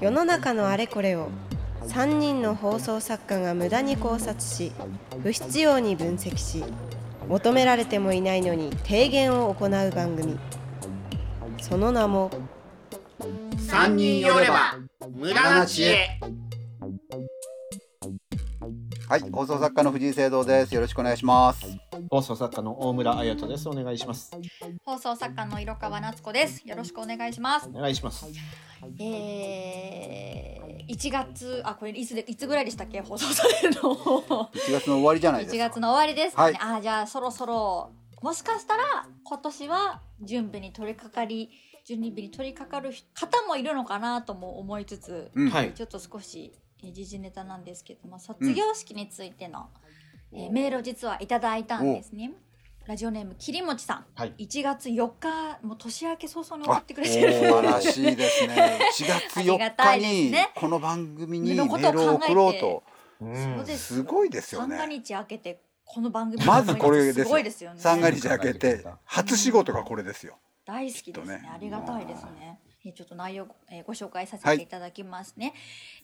世の中のあれこれを3人の放送作家が無駄に考察し不必要に分析し求められてもいないのに提言を行う番組その名も三人寄れば無駄な知恵はい、放送作家の藤井聖堂です。よろしくお願いします。放送作家の大村彩人です。お願いします。放送作家の色川夏子です。よろしくお願いしますお。願いします。えー、1月あこれいつでいつぐらいでしたっけ放送されるの？ 1月の終わりじゃないです1か。月の終わりですかね。はあじゃあそろそろもしかしたら今年は準備に取り掛かり準備に取り掛かる方もいるのかなとも思いつつ、うん、はい。ちょっと少しえー時事ネタなんですけども卒業式についての、えーメールを実はいただいたんですね。ラジオネーム切りもちさん、はい1月4日もう年明け早々に送あっ、てくれてる素晴らしいです ね。1月ありが4た日いですにねこの番組にメのことーを考えてルを送ろうと、うんそうですごいですよ三がね。日明けてこの番組まずこれですよすごいですよね。三が日明けて初仕事がこれですよ。大好きですねきっとねありがたいですね。えちょっと内容ご、えーご紹介さはせいていただきますね、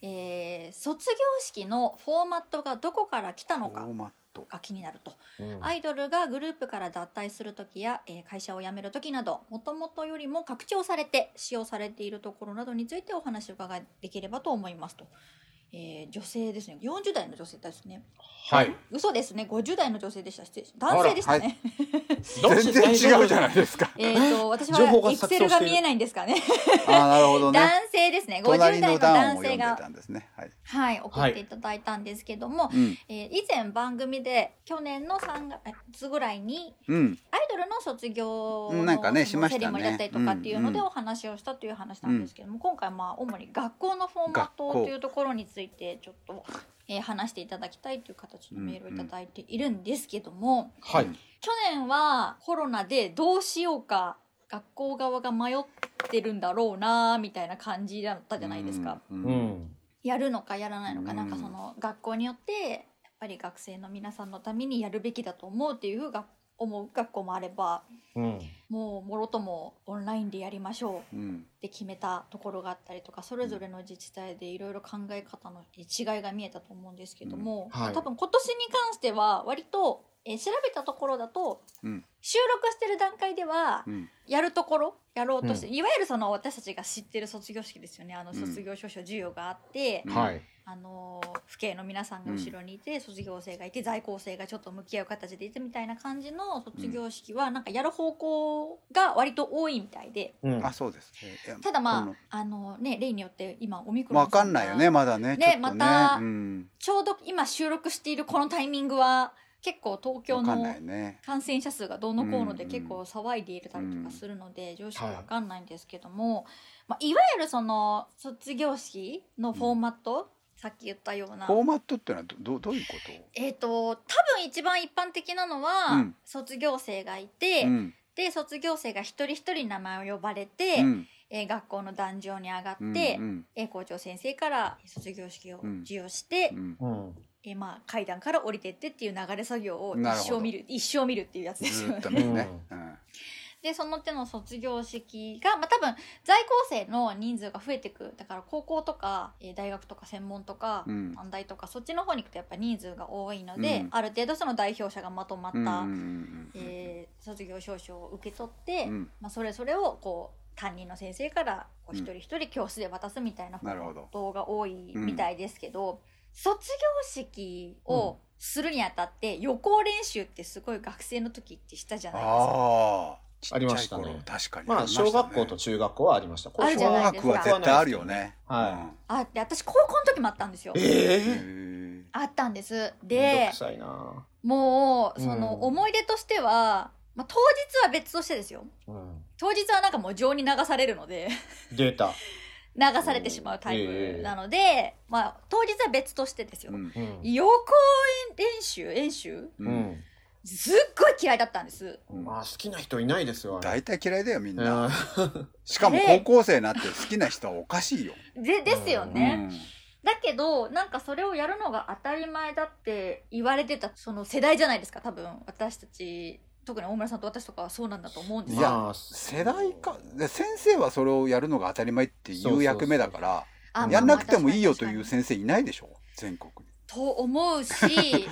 えー卒業式のフォーマットがどこから来たフのォかーマット。が気になると。うんアイドルがグループから脱退する時や、えー会社を辞める時などもともとよりも拡張されて使用されているところなどについてお話を伺いできればと思いますと、えー女性ですね40代の女性ですねはい。嘘ですね50代の女性でした失礼し男性でしたね、全然違うじゃないですか。えっと私は情報がエク錯綜してセいルるが見えないんですかね あー、なるほど男ね。性ですね50代隣のの段を読男ん性でがたんですね。はい。はい送っていただいたんですけども、うん、えー以前番組で去年の3月ぐらいにうん、アイドルの卒業うのんなんかねそしのましセたねレモニーだったりとかっていうのでうんお話をしたという話なんですけども、今回まあ主に学校のフォーマッ学ト校というところについてちょっと、えー話していただきたいという形のメールをいただいているんですけども、はい。去年はコロナでどうしようか学校側が迷ってるんだろうなみたいな感じだったじゃないですか。うん。ううんん。やるのかやらないのか、うんなんかその学校によってやっぱり学生の皆さんのためにやるべきだと思うっていうが思う学校もあれば。うん。もうもろともオンラインでやりましょうっうんて決めたところがあったりとかそれぞれの自治体でいろいろ考え方の違いが見えたと思うんですけども、うんはい多分今年に関しては割と、えー調べたところだとうん収録してる段階ではうんやるところやろうとして、いわゆるその私たちが知ってる卒業式ですよねあの卒業証書授与があって、うんはい。あのー父兄の皆さんが後ろにいて、卒業生がいて在校生がちょっと向き合う形でいてみたいな感じの卒業式は、なんかやる方向が割と多いみたいでうんあ、。そうですね。いやただまあ、うんあのね例によって今オミクロンわかんないよね、まだね。ねちょっとねまたうん。ちょうど今収録しているこのタイミングは結構東京わかんのないね。感染者数がどうのこうのでうん結構騒いでいるたりとかするので、上司ははいわかんないんですけども、まあ、いわゆるその卒業式のフォーマット、さっき言ったようなフォーマットってのはどどどういうこと？えー、と多分一番一般的なのは、うん卒業生がいて、うんで卒業生が一人一人名前を呼ばれて、うんえー学校の壇上に上がって、うんうんえー校長先生から卒業式をうん授与して、うんうん。えーまあ、階段から降りてってっていう流れ作業を一なるほど生見る一生見るっていうやつですずーよっねと。見るね。うんでその手の卒業式が、まあ、多分在校生の人数が増えてくだから高校とか、えー大学とか専門とか、うん短大とかそっちの方に行くとやっぱ人数が多いので、うんある程度その代表者がまとまった、うんうんえー卒業証書を受け取って、うんうんまあ、それそれをこう担任の先生からこううん一人一人教室で渡すみたいななるほどことが多いみたいですけど、卒業式うんをするにあたって予行練習ってすごい学生の時ってしたじゃないですか。ああ、ちっちゃい頃ありましたね確かにりまあましたね。小学校と中学校はありました。あるじゃない小です学か校は絶対あるよね。はあって私高校の時もあったんですよ。うん。へえーあったんです。え。めんでどく、さいな。もうそうんの思い出としては、まあ、当日は別としてですよ。うん。当日はなんかもう情に流されるので データ。流されてしまうタイプなので、まあ当日は別としてですよ。うんうん。予行演習演習う。うんん。すっごい嫌いだったんです。まあ好きな人いないですよ。あれ大体嫌いだよみんうな。んしかも高校生になって好きな人はおかしいよ。でですようね。んだけどなんかそれをやるのが当たり前だって言われてたその世代じゃないですか多分私たち特に大村さんと私とかはそうなんだと思うんでいすよ。やまあ世代かで先生はそれをやるのが当たり前っていう役目だからあやんなくてもいいよとい。まあまあ確う先生かに確かにいないでしょ全国に。と思うし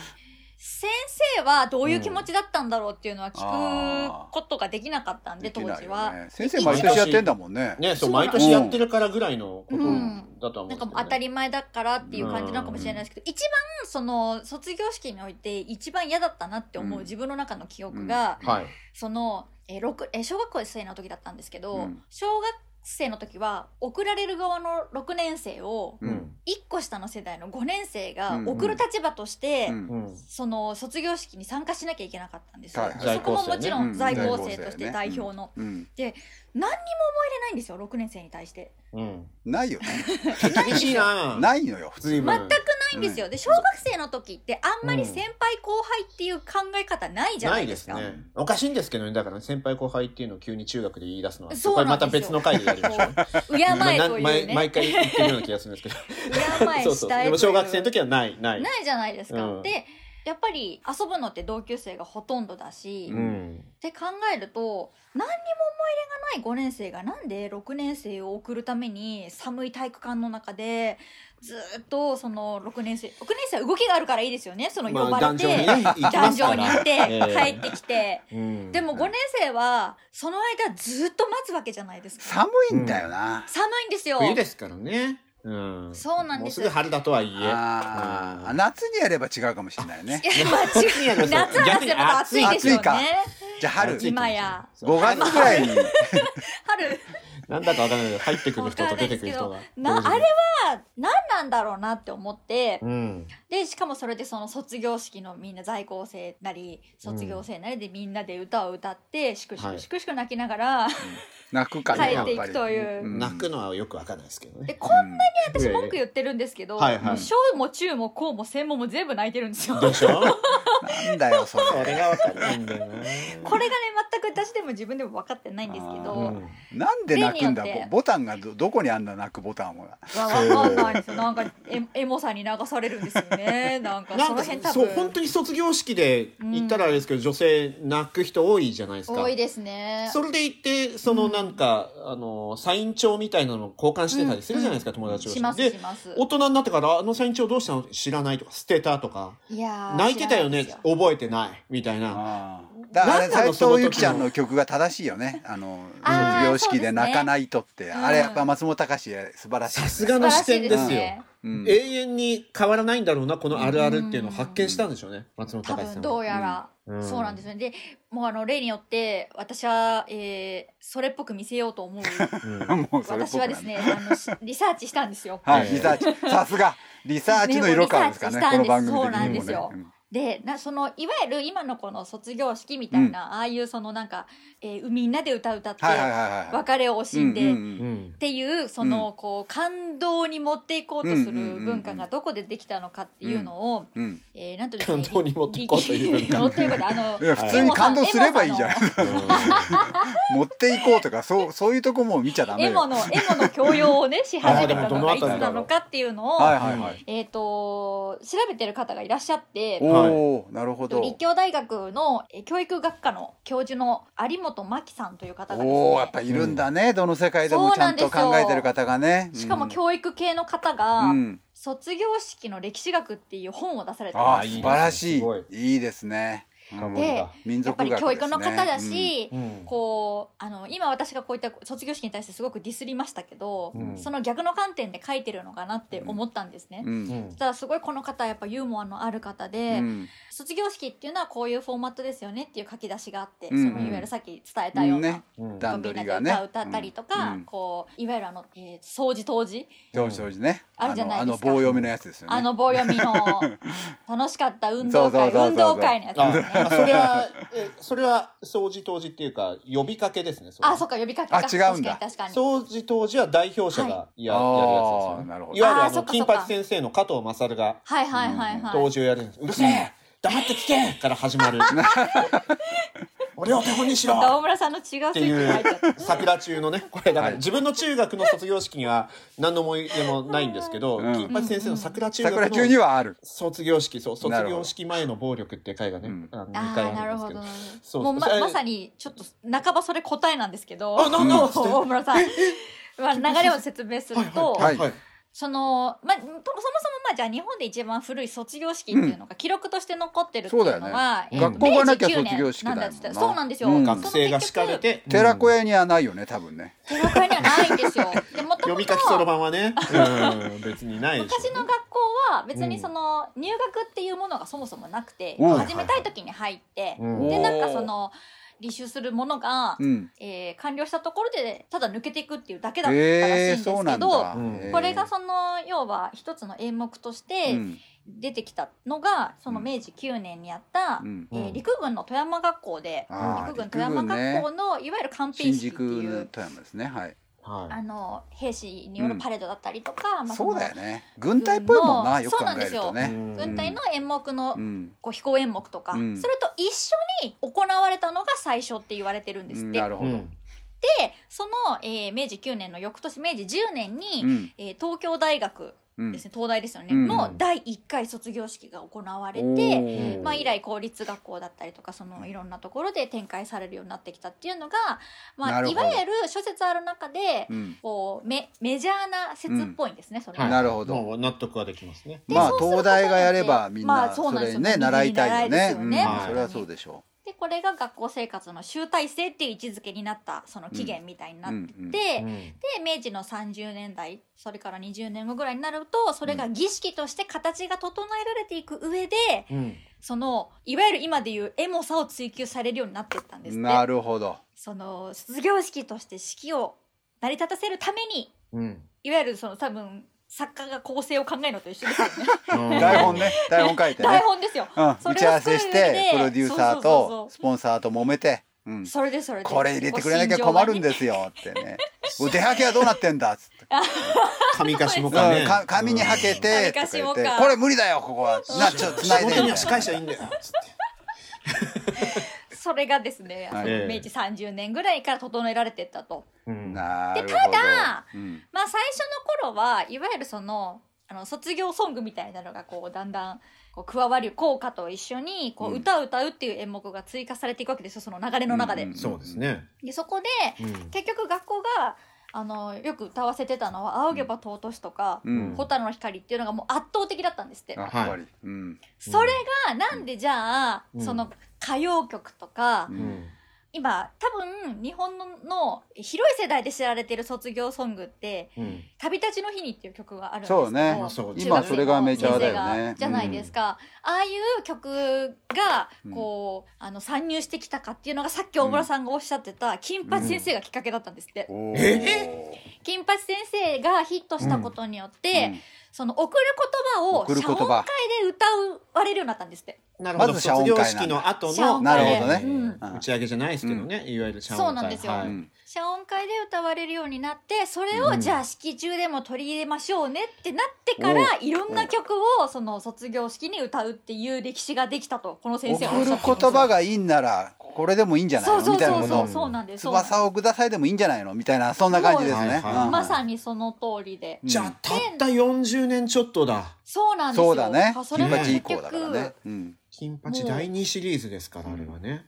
先生はどういう気持ちだったんだろうっていうのは聞くことができなかったんで、でき当ない時よは。ね。先生毎年やってんだもんね。ね、そう、そうなん毎年やってるからぐらいのことうんだとは思うんなでんすけかど、ねもう当たり前だからっていう感じなのかもしれないですけど、一番その卒業式において一番嫌だったなって思うんう自分の中の記憶が、はい。その、えー六えー小学生の時だったんですけど、うん小学生の時は送られる側の6年生をうん1個下の世代の5年生うがんうん送る立場として、うんうん。その卒業式に参加しなきゃいけなかったんですよ、はいはいそこももちろん在在校校生ね生として代表の、うん何にも思えれないんですよ6年生に対して うん。ないよね。厳しいな。ないのよ普通随に。分。全くないんですよ、で小学生の時ってあんまり先輩後輩っていう考え方ないじゃなないいでですすか、ね。おかしいんですけどね、だからね先輩後輩っていうのを急に中学で言い出すのは、そそうこなはんまたで別すよの回でやりましょう。 敬えなという毎ね 毎回言ってるような気がするんです けど。敬えそうそう。したいでも小学生のという時はない、ない。ないじゃないですか、うんでやっぱり遊ぶのって同級生がほとんどだし、うっん。て考えると何にも思い入れがない5年生がなんで6年生を送るために寒い体育館の中でずーっとその6年生6年生は動きがあるからいいですよねその呼ばれて、行きま壇すから上に行ってええ帰ってきて。うんでも5年生はその間ずっと待つわけじゃないですか寒いんだよな。寒いんですよ冬ですからね。うん。そうなんですもうすぐ春だとはいえ。あうあん夏にやれば違うかもしれないねい。や まあ違う夏は夏でまた暑いですよ暑いかねじゃあ春暑い5今や月ぐらいに春なんだかわからないけど入ってくる人と出てくる人がわかんないですけどなあれはは何なんだろうなって思ってうんでしかもそれでその卒業式のみんな在校生なり卒業生なりでみんなで歌を歌ってしくしはくいしくしく泣きながら泣くか帰らやっっていぱくり。といううん泣くのはよくわかんないですけどでねこんななに私文句言ってるんですけどはいはいもう小も中も高も専門も全部泣いてるんですよ。でしょになんだよ そそれれ。がわかんないんだよなこれがね全く私でも自分でも分かってないんですけど、あうんなんで泣くんだ例によってボボタンがどどこにあんだ泣くボタンは。分かんないんですよなんかエエモさに流されるんですよ ねなんかなそんのか辺多そう本分当に卒業式で行ったらあれですけど女性泣く人多いじゃないですか多いですねそれで行ってそのなんかあのサイン帳みたいなのを交換してたりするじゃないですか友達しまをすしでます大人になってからあのサイン帳どうしたの知らないとか捨てたとかいやー泣いてたよね知らないです覚えてないみたいなあーだからあなれんな斉のその藤時の由貴ちゃんの曲が正しいよね。あのあ卒ー業式で泣かないとって、そうですねあれうんやっぱ松本隆素晴らしい。さすがの視点です素晴らしいよねうん永遠に変わらないんだろうなこのあるあるっていうのを発見したんでしょうね、松本多隆さ分んどはうやら、うんそうなんですよねでもうあの例によって私は、えーそれっぽく見せようと思うう んもうそれっぽ私くなはるですねあのしリサーチしたんですよはえい、えリサーチ。さすが、リサーチの色感ですかね、ねもうリサーチしたんですこの番組そうなん的でにすもよね。でなそのいわゆる今のこの卒業式みたいな、ああいうそのなんか、えーみんなで歌歌って、はいはいはいはい。別れを惜しんで、うんっうんうんていうその、こう感動に持っていこうとすうんうんうんるうん文化がどこでできたのかっていうのを、うんえーなんとです感ね動に持っていこうという文化持っていこうとあのいや普通に感動すればいいじゃん。持っていこうとか、そう、そういうとこも見ちゃダメエモよ。のエモの教養をねし始めたのがあーでもいつどのあたりだろうなのかっていうのを、はいはいはい。えっ、と調べてる方がいらっしゃっておおー、なるほど。立教大学のえー教育学科の教授の有本真紀さんという方がですおお、やっねぱいるんだね、どの世界でもちゃんと考えてる方がね。しかも日教育系の方が、うん、卒業式の歴史学っていう本を出されてあまあ、いすい素ね晴らしすごいい。いいですね。うんで民やっ族学ぱりですね。教育の方だし、うんこうあの今私がこういった卒業式に対してすごくディスりましたけど、うんその逆の観点で書いてるのかなって思ったんですね。うん、うんうんただすごいこの方はやっぱユーモアのある方で、うん卒業式っていうのはこういうフォーマットですよねっていう書き出しがあって、うんそのいわゆるさっき伝えたような、ねうん段み取んなりでがね歌を歌ったりとか、うんこういわゆるあの、えー掃除当時そうそうね。あるじゃないあでのすか棒読みのやつですよね。あの棒読みの楽しかった運そ動うそうそうそう会そう運動会のやつあですね。それはえそれは掃除当時っていうか呼びかけですねそれあ、そっか呼びかけか。あ違うんだ確かに確かに。掃除当時は代表者がや,、はいやるやつですよねあーなるほどいわゆるあーあそっのかそ金っか八先生の加藤勝がはいはいはいは い。当時をやるんです、うるせえ黙って聞けから始まる俺を手本にしろ大村さんの違うスイッっチていが入っちゃうった。桜中のねこれだかはいら自分の中学の卒業式には何の思い出もないんですけどうん金八先生の桜中学桜中にのはある。卒業式そう卒なるほど業式前の暴力っていう回がねうんあのあ二回あ、あなるるんですほけどど。そうもうまそれまさにちょっと半ばそれ答えなんですけど、あなんだそう 大村さん、 まあ、流れを説明すると、はいはいそのまあとそもそもまあじゃあ日本で一番古い卒業式っていうのが記録として残ってるっていうのそうは、よねえっと学校がなきゃ明治9年卒業式だよななんだっつってそうなんですよ。うんその学生が敷かれて寺子屋屋にはないよね、多分ね。結局寺子屋にはないんですよ。でもと読もみと書きそろばんはねうん別にないでしょ昔の学校は別にその入学っていうものがそもそもなくて、うん始めたい時に入って、うんでなんかその履修するものが、うん。えー完了したところでただ抜けていくっていうだけだったらしえいんでー、すそうなけんど、だ。うんへーこれがその要は一つの演目としうてん出てきたのが、その明治9年にあった、うんえー陸軍の富山学校であー陸軍富山学校のいわゆる官兵新式っ宿ていうの富山ですね。はい。はいあの兵士によるパレードだったりとか、まあそうだよのね。軍隊っぽいもんな、軍よのく考えるとそうね。なんですよ軍隊の演目のうん。こう飛行演目とか、うんそれと一緒に行われたのが最初って言われてるんですって。なるうほど。んでその、えー明治9年の翌年明治10年に、うんえー東京大学うんですね、東大ですよね、うんの第1回卒業式が行われおて、ーまあ、以来公立学校だったりとかそのいろんなところで展開されるようになってきたっていうのが、まなあ、るいほどわゆる諸説ある中で、うん。こうメメジャーな説っぽいんですね、それが。はいなるほどもう納得はできますねでまあそうすること東大がやればみんまなあそそうなんでれすよね習いたいよね。みうんんなはい習いですよねそれはそうでしょでこれが学校生活の集大成っていう位置づけになったその期限みたいになってて、うんうんうんで明治の30年代それから20年後ぐらいになるとそれが儀式として形が整えられていく上でうんそのいわゆる今でいうエモさを追求されるようになっていったんでう。すっなてるほど。その卒業式として式を成り立たせるためにうんいわゆるその多分作家が構成を考えるのと一緒ですよね台本ね、台本書いて 台ね。本ですようん、それを打ち合わせし作るて上でプロデューサーそうそうそとうスポンサーと揉めて、うん、それでそれでこれ入れてくれなきゃ困るんですよってね。お出はけはどうなってんだっつ って。紙かしもかうねん、か紙にはけてとか言ってうんこれ無理だよここは。なちょっと繋い仕でみた事いになは司会者いいんだよつってそれがですね、はいあの明治30年ぐらいから整えられてったと。うんなるほど。でただうん、まあ最初の頃はいわゆるそのあの卒業ソングみたいなのがこうだんだんこう加わる効果と一緒にこううん歌を歌うっていう演目が追加されていくわけですよその流れの中で。うんそうですね。でそこでうん結局学校があのよく歌わせてたのは「仰げば尊し」とかう「ん、蛍の光」っていうのがもう圧倒的だったんですってや。っぱり、うん、それがなんでじゃあうんその歌謡曲とか、ううんん今多分日本のの広い世代で知られてる卒業ソングってうん「旅立ちの日に」っていう曲があるんですけどそうねそう中学今生それがメジャーだよねの先生がじゃないですか、ああいう曲がこう、あの参入してきたかっていうのがさっき大村さんがおっしゃってた金八先生がきっかけだったんですって、おー金八先生がヒットしたことによって、その送る言葉を送る謝言恩葉会で歌われるようになったんですってなるほどまず謝卒恩会業なんだ式の後謝の恩なるほ会でどねうんうん打ち上げじゃないですけどね、いわゆる謝恩会そうなんですよはういん謝恩会で歌われるようになってそれをうんじゃあ式中でも取り入れましょうねってなってからいろんな曲をその卒業式に歌うっていう歴史ができたとこの先生はお送っるしゃってます言葉がいいんならこれでもいいんじゃないそうのそみうたいそなうこそうとそうなんですそうなんです翼をくださいでもいいんじゃないのみたいなそんな感じですね。そうはいはいうんまさにその通りでうんじゃあたった40年ちょっとだそうなんですよそうだねあ。それ金も八以降結局だからね。うん。金八第二シリーズですからあれはね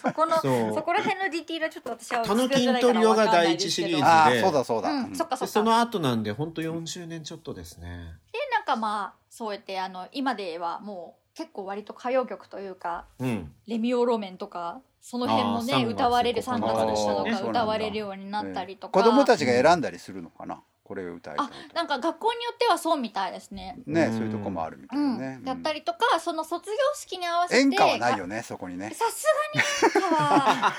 そこのそうそこら辺のディティールはちょっと私はタヌキントリオが第一シリーズああでそうだそうだ。うんそっかそでっかその後なんで本当40年ちょっとですねでなんかまあそうやってあの今ではもう結構割と歌謡曲というかうんレミオロメンとかその辺もあーね3月歌われる9 3日月の下とねそうなんだか歌われるようになったりとか、子供たちが選んだりするのかな。これを歌いたいあとか。なんか学校によってはそうみたいですね。ねうんそういうとこもあるみたいうなんね。やったり。りとかその卒業式に合わせて演歌はないよねそこにあね。さすがに演歌 は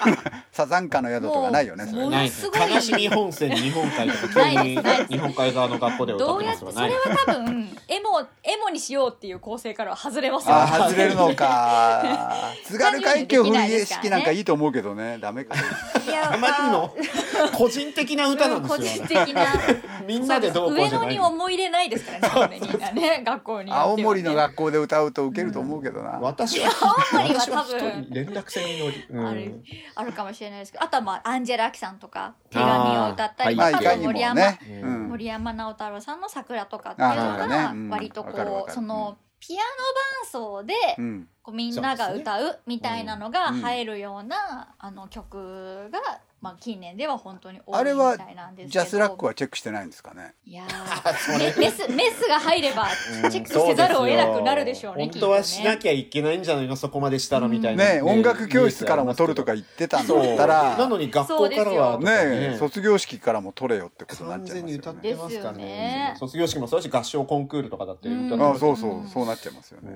サザンカの宿とかないよねもうそれもね。ないすごい悲しみ本線日本海とかな急いでにすないです日本海側の学校で歌どっうてやまっすてはそないれは多分エモエモにしようっていう構成からは外れますよあー外れるの か。津軽海峡冬景色なんかいいと思うけど ね。ダメか。いやあまりの個人的な歌なん個ですよ人あれ的なみんなでどうこう上じゃ野ないに思い入れないですからね多分ねみんな ね学校によってはね青森の学校で歌うとウケると思うけどな、私は青森は私多は一分人連絡船に乗り、うあれん、あるかもしれないですけどあとはまあアンジェラ・アキさんとか手紙を歌ったりあまーあはいあかとにも森山、ね、森う山ん、森山直太朗さんの「桜」とかっていうあーのそうだねがうん割とこわかるわう、かるそのピアノ伴奏でうん、こうみんなが歌うみたいなのがうん入るようなあの曲が、まあ、近年では本当に多あれいみはたいなんですけどジャスラックはチェックしてないんですかねいや ーメメスメスが入ればチェックせざるを得なくなるでしょうね本当はしなききゃいけないんじゃないのそこまでしたらみたいな、ね音楽教室からも取るとか言ってたんだそうったならのに学校からはそうとねかえ卒業式からも取れよってことになっ完ちゃい全まにす歌よってねますからねですよね卒業式もそうだし合唱コンクールとかだって歌ってあまんすそうそう、うんそうなっちゃいますよね、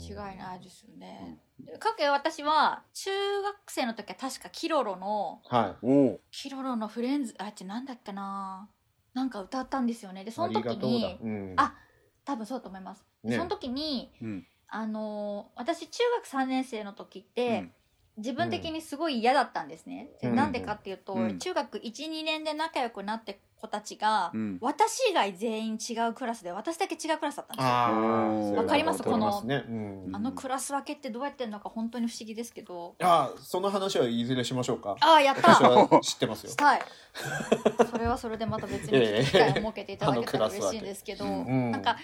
違いないですよね。かけ私は中学生の時は確かキロロのはおおキロロのフレンズあっちなんだっけななんか歌ったんですよねでいその時ありがとうだに、うんあ多分そうだと思います、でねその時にうんあのー私中学3年生の時って、うん自分的にすごい嫌だったんですね。でうんな、んでかっていうと、うん中学12年で仲良くなって子たちが、うん私以外全員違うクラスで私だけ違うクラスだったんですよ。あうーんそれはわかりますわこのねうんあのクラス分けってどうやってんのか本当に不思議ですけど。あーその話はいずれしましょうかああやっ私た。は知ってますよし たい。それはそれでまた別に機会を設けていただけたら嬉しいんですけど、ええあのクラス分けうんなんか2人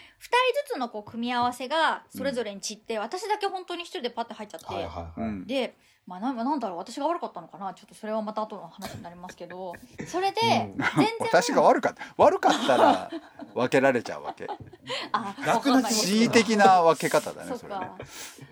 ずつのこう組み合わせがそれぞれに散って、私だけ本当に一人でパッて入っちゃって、はいはいはうい、んで、まあ、ななんだろう私が悪かったのかなちょっとそれはまた後の話になりますけどそれでうん全 然、私が悪かった悪かったら分けられちゃうわけあ楽なわかんない恣意的な分け方だねそうそれねか、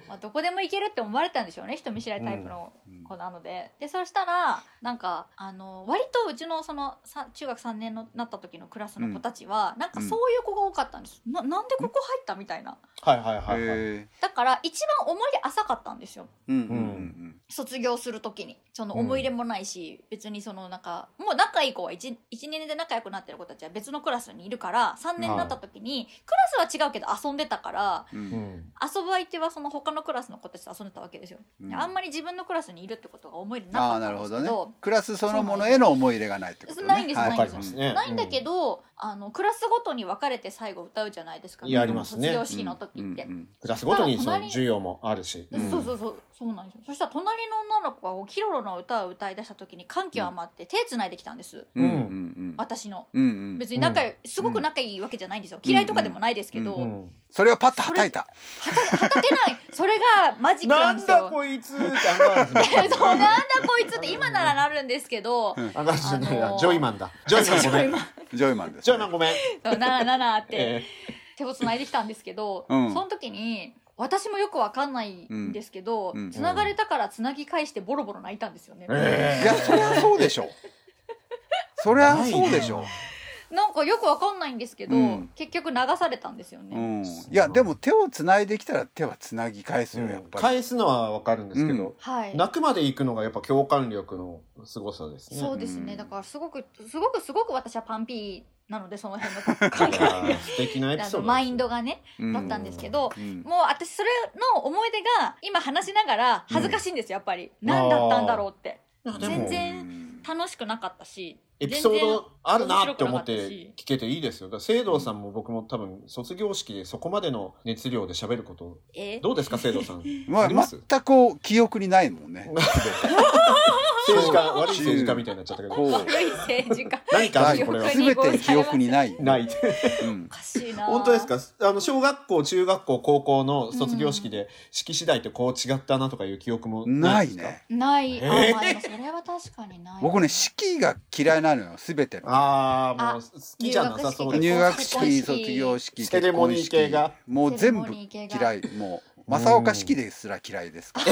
まあ、どこでも行けるって思われたんでしょうね人見知らいタイプの子なので、でそしたらなんかあの割とうちのそのさ中学3年のなった時のクラスの子たちは、なんかそういう子が多かったんです、ななんでここ入ったみたいなはいはいはいはいへえだから一番思い出浅かったんですようんうんうん卒業する時にその思い入れもないし、別にそのなんかもう仲いい子は 1, 1年で仲良くなってる子たちは別のクラスにいるから3年になった時に、クラスは違うけど遊んでたからうんうんうん遊ぶ相手はその他のクラスの子たちと遊んでたわけですよ、でうんあんまり自分のクラスにいるってことが思い入れなあかあっなたるんでほすどけねどクラスそのものへの思い入れがないってことねないんですはないわかんでりすますねないんだけど、あのクラスごとに分かれて最後歌うじゃないですかいやありますね卒業式の時って、うんうんクラスごとにそたのだ隣授業もあるし、うんそうそうそうそうなんですよそしたら隣の女の子がこうキロロの歌を歌い出した時に感極まって手つないできたんです、うんうんうん私のうんうん別に仲、良いすごく仲いいわけじゃないんですよ嫌いとかでもないですけど、ううんそれをパッとはたいたはたけないそれがマジックななんんですだよこいつってあんな そうなんだこいつって今ならなるんですけどあの話じゃないなあのージョイマンだ。ジョイマンごめん。ジョイマンですジねョイマンごめん。そうなあなあなあってえ手をつないできたんですけど、うんその時に私もよくわかんないんですけど、うんうんつながれたからつなぎ返してボロボロ泣いたんですよね、えいやそりゃそうでしょそりゃそうでしょなんかよくわかんないんですけど、うん結局流されたんですようね、んいやでも手をつないできたら手はつなぎ返すよやっぱり返すのはわかるんですけど、はい泣くまで行くのがやっぱ共感力の凄さですね。そうですうねんだからすごくすごくすごく私はパンピーなのでその 辺の考えいがやー素敵なエピあソーのド。マインドがねうんだったんですけど、うんもう私それの思い出が今話しながら恥ずかしいんですよやっぱり、何だったんだろうっていやでも全う然ん楽しくなかったしエピソー全然ドあるなって思っ面白くなかってたし聞けていいですよ。だから聖堂さんも僕も多分卒業式でそこまでの熱量で喋ること、え どうですか聖堂さん。 まああります全くこう記憶にないもんね政治家、悪い政治家みたいになっちゃったけこど。う悪い政治家何かあるのこれは記。憶全て記憶にないない。うんおかしいな本当ですかあの小学校中学校高校の卒業式で式次第ってこう違ったなとかいう記憶もないですかねない、えーあまあでもそれは確かにない僕ね式が嫌いなのよ全てのああもう好きじゃなさそうです入学結式婚式卒業式セレモニー系が結婚式もう全セレモ部ニー系が嫌いもう正岡式ですら嫌いですから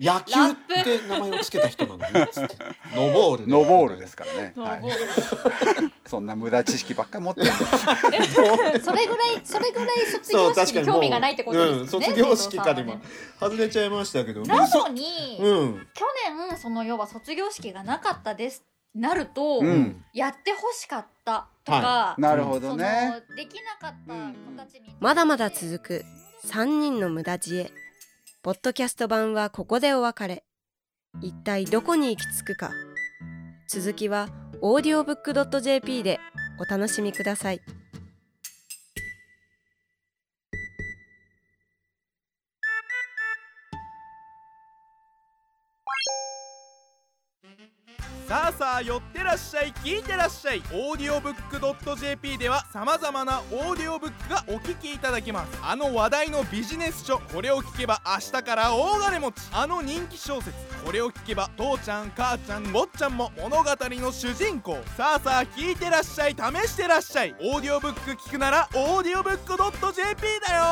野球って名前をつけた人なの ねつってノボールノボールですすからね、そうはい、そ そんな無駄知識ばっかり持ってるんでれぐらいそれぐらい卒そ業う確式かににも興う味がないってことうんですよね、卒業式かでも生徒外れちゃいましたけどさんはねなのうに、うん去年その要は卒業式がなかったですなると、うんやってほしかったとか、はなるほどそねのできなかった子たちに、まだまだ続く3人の無駄知恵ポッドキャスト版はここでお別れ一体どこに行き着くか続きは audiobook.jp でお楽しみくださいさあさあ寄ってらっしゃい聞いてらっしゃいオーディオブックドット JP ではさまざまなオーディオブックがお聞きいただけますあの話題のビジネス書これを聞けば明日から大金持ちあの人気小説これを聞けば父ちゃん母ちゃん坊ちゃんも物語の主人公さあさあ聞いてらっしゃい試してらっしゃいオーディオブック聞くならオーディオブックドット JP だよ